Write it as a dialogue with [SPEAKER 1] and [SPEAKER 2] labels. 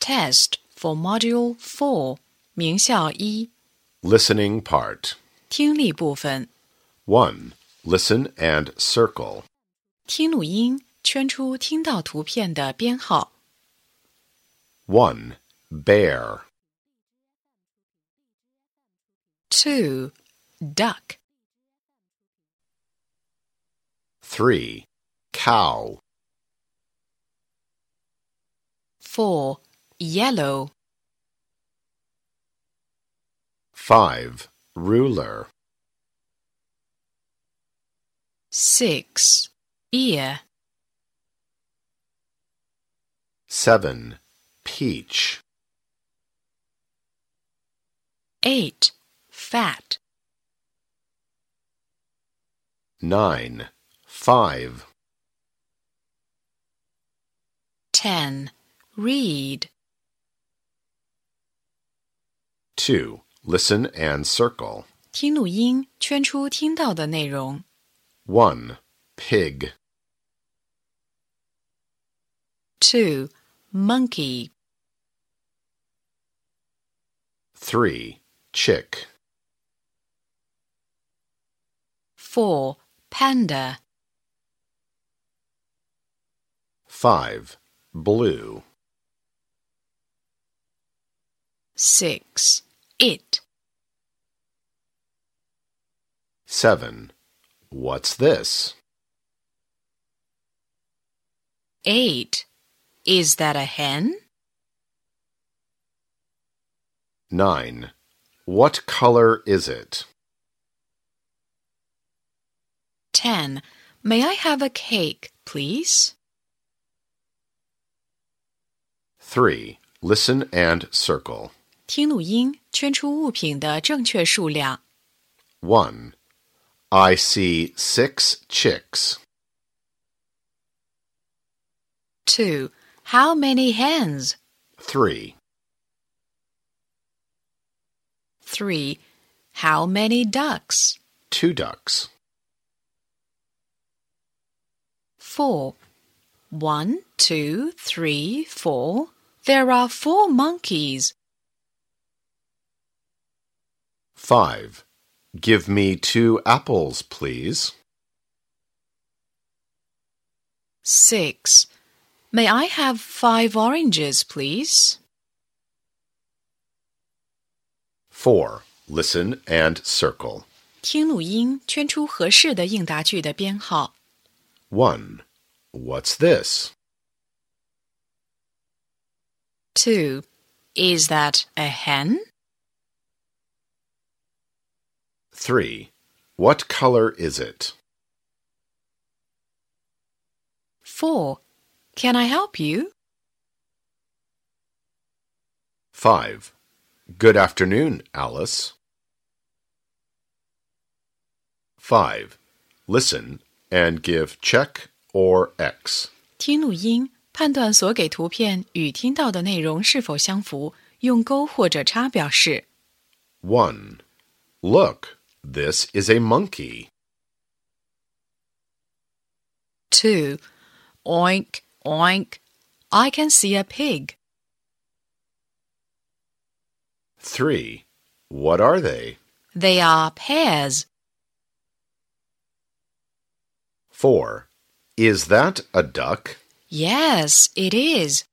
[SPEAKER 1] test for Module 4, 名校一
[SPEAKER 2] Listening part.
[SPEAKER 1] 听力部分。
[SPEAKER 2] 1. Listen and circle.
[SPEAKER 1] 听录音，圈出听到图片的编号。
[SPEAKER 2] 1. Bear.
[SPEAKER 1] 2. Duck.
[SPEAKER 2] 3. Cow.
[SPEAKER 1] 4. Yellow.
[SPEAKER 2] 5. Ruler.
[SPEAKER 1] 6. Ear.
[SPEAKER 2] 7. Peach.
[SPEAKER 1] 8. Fat.
[SPEAKER 2] 9. 5.
[SPEAKER 1] 10. Read.
[SPEAKER 2] 2. Listen and circle.
[SPEAKER 1] 听录音，圈出听到的内容。
[SPEAKER 2] 1. Pig.
[SPEAKER 1] 2. Monkey.
[SPEAKER 2] 3. Chick.
[SPEAKER 1] 4. Panda.
[SPEAKER 2] 5. Blue.
[SPEAKER 1] 6. It.
[SPEAKER 2] 7. What's this?
[SPEAKER 1] 8. Is that a hen?
[SPEAKER 2] 9. What color is it?
[SPEAKER 1] 10. May I have a cake, please?
[SPEAKER 2] 3. Listen and circle.
[SPEAKER 1] 听录音，圈出物品的正确数量。
[SPEAKER 2] 1. I see six chicks.
[SPEAKER 1] 2. How many hens?
[SPEAKER 2] 3.
[SPEAKER 1] 3. How many ducks?
[SPEAKER 2] Two ducks.
[SPEAKER 1] 4. 1, 2, 3, 4. There are four monkeys.
[SPEAKER 2] 5. Give me two apples, please.
[SPEAKER 1] 6. May I have five oranges, please?
[SPEAKER 2] 4. Listen and circle.
[SPEAKER 1] 听录音，圈出合适的应答句的编号。
[SPEAKER 2] 1. What's this?
[SPEAKER 1] 2. Is that a hen?
[SPEAKER 2] 3. What color is it?
[SPEAKER 1] 4. Can I help you?
[SPEAKER 2] 5. Good afternoon, Alice. 5. Listen and give check or X.
[SPEAKER 1] 听录音，判断所给图片与听到的内容是否相符，用勾或者叉表示。
[SPEAKER 2] 1. Look, this is a monkey.
[SPEAKER 1] 2. Oink, oink. I can see a pig.
[SPEAKER 2] 3. What are they?
[SPEAKER 1] They are pears.
[SPEAKER 2] 4. Is that a duck?
[SPEAKER 1] Yes, it is.